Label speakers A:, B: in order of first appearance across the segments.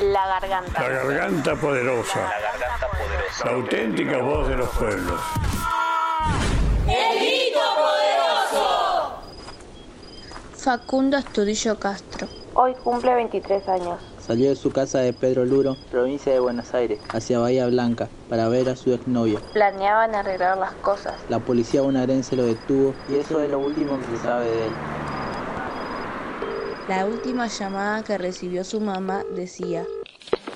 A: La garganta.
B: La garganta poderosa.
C: La garganta poderosa.
B: La auténtica voz de los pueblos.
D: ¡El grito poderoso!
E: Facundo Astudillo Castro.
F: Hoy cumple 23 años.
G: Salió de su casa de Pedro Luro, provincia de Buenos Aires, hacia Bahía Blanca, para ver a su exnovia.
F: Planeaban arreglar las cosas.
G: La policía bonaerense lo detuvo y eso es lo último que se sabe de él.
E: La última llamada que recibió su mamá decía,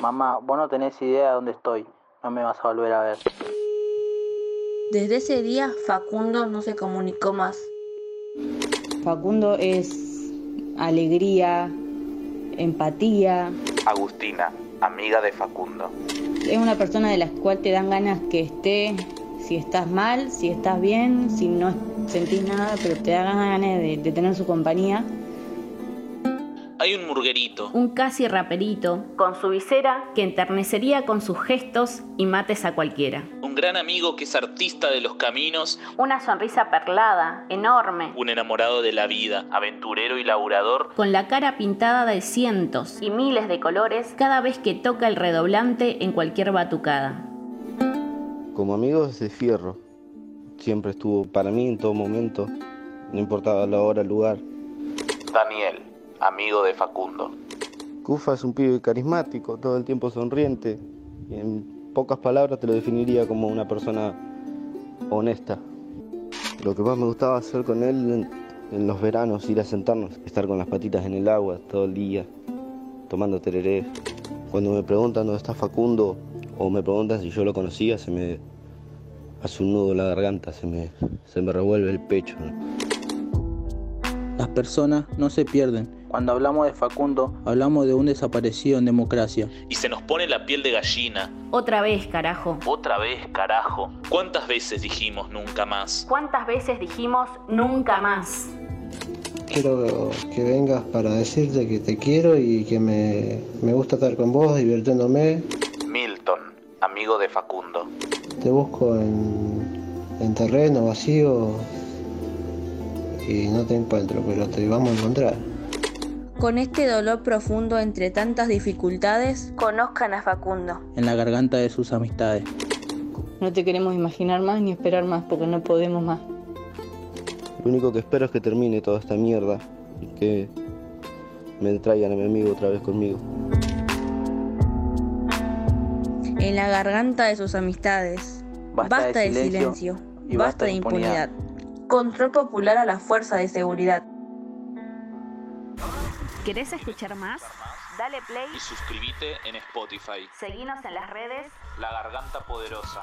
G: Mamá, vos no tenés idea de dónde estoy, no me vas a volver a ver.
E: Desde ese día Facundo no se comunicó más.
H: Facundo es alegría, empatía.
C: Agustina, amiga de Facundo.
H: Es una persona de la cual te dan ganas que esté, si estás mal, si estás bien, si no sentís nada, pero te dan ganas de, de tener su compañía.
I: Hay un murguerito.
J: Un casi raperito, con su visera, que enternecería con sus gestos y mates a cualquiera.
I: Un gran amigo que es artista de los caminos.
J: Una sonrisa perlada, enorme.
I: Un enamorado de la vida, aventurero y laburador.
J: Con la cara pintada de cientos y miles de colores cada vez que toca el redoblante en cualquier batucada.
K: Como amigos de fierro, siempre estuvo para mí en todo momento, no importaba la hora, el lugar.
C: Daniel, amigo de Facundo.
K: Cufa es un pibe carismático, todo el tiempo sonriente. Y en pocas palabras te lo definiría como una persona honesta. Lo que más me gustaba hacer con él en, en los veranos, ir a sentarnos, estar con las patitas en el agua todo el día, tomando tereré. Cuando me preguntan dónde está Facundo o me preguntan si yo lo conocía, se me hace un nudo en la garganta, se me, se me revuelve el pecho.
G: Las personas no se pierden. Cuando hablamos de Facundo, hablamos de un desaparecido en democracia.
I: Y se nos pone la piel de gallina.
J: Otra vez, carajo.
I: Otra vez, carajo. ¿Cuántas veces dijimos nunca más?
J: ¿Cuántas veces dijimos nunca más?
L: Quiero que vengas para decirte que te quiero y que me, me gusta estar con vos, divirtiéndome.
C: Milton, amigo de Facundo.
L: Te busco en, en terreno vacío, y no te encuentro, pero te vamos a encontrar.
E: Con este dolor profundo entre tantas dificultades,
F: conozcan a Facundo.
G: En la garganta de sus amistades.
H: No te queremos imaginar más ni esperar más porque no podemos más.
K: Lo único que espero es que termine toda esta mierda y que me traigan a mi amigo otra vez conmigo.
E: En la garganta de sus amistades. Basta, basta de, de, silencio, y basta, de impunidad. impunidad
F: control popular a la fuerza de seguridad.
J: ¿Querés escuchar más?
F: Dale play
I: y suscríbete en Spotify.
J: Seguinos en las redes
I: La Garganta Poderosa.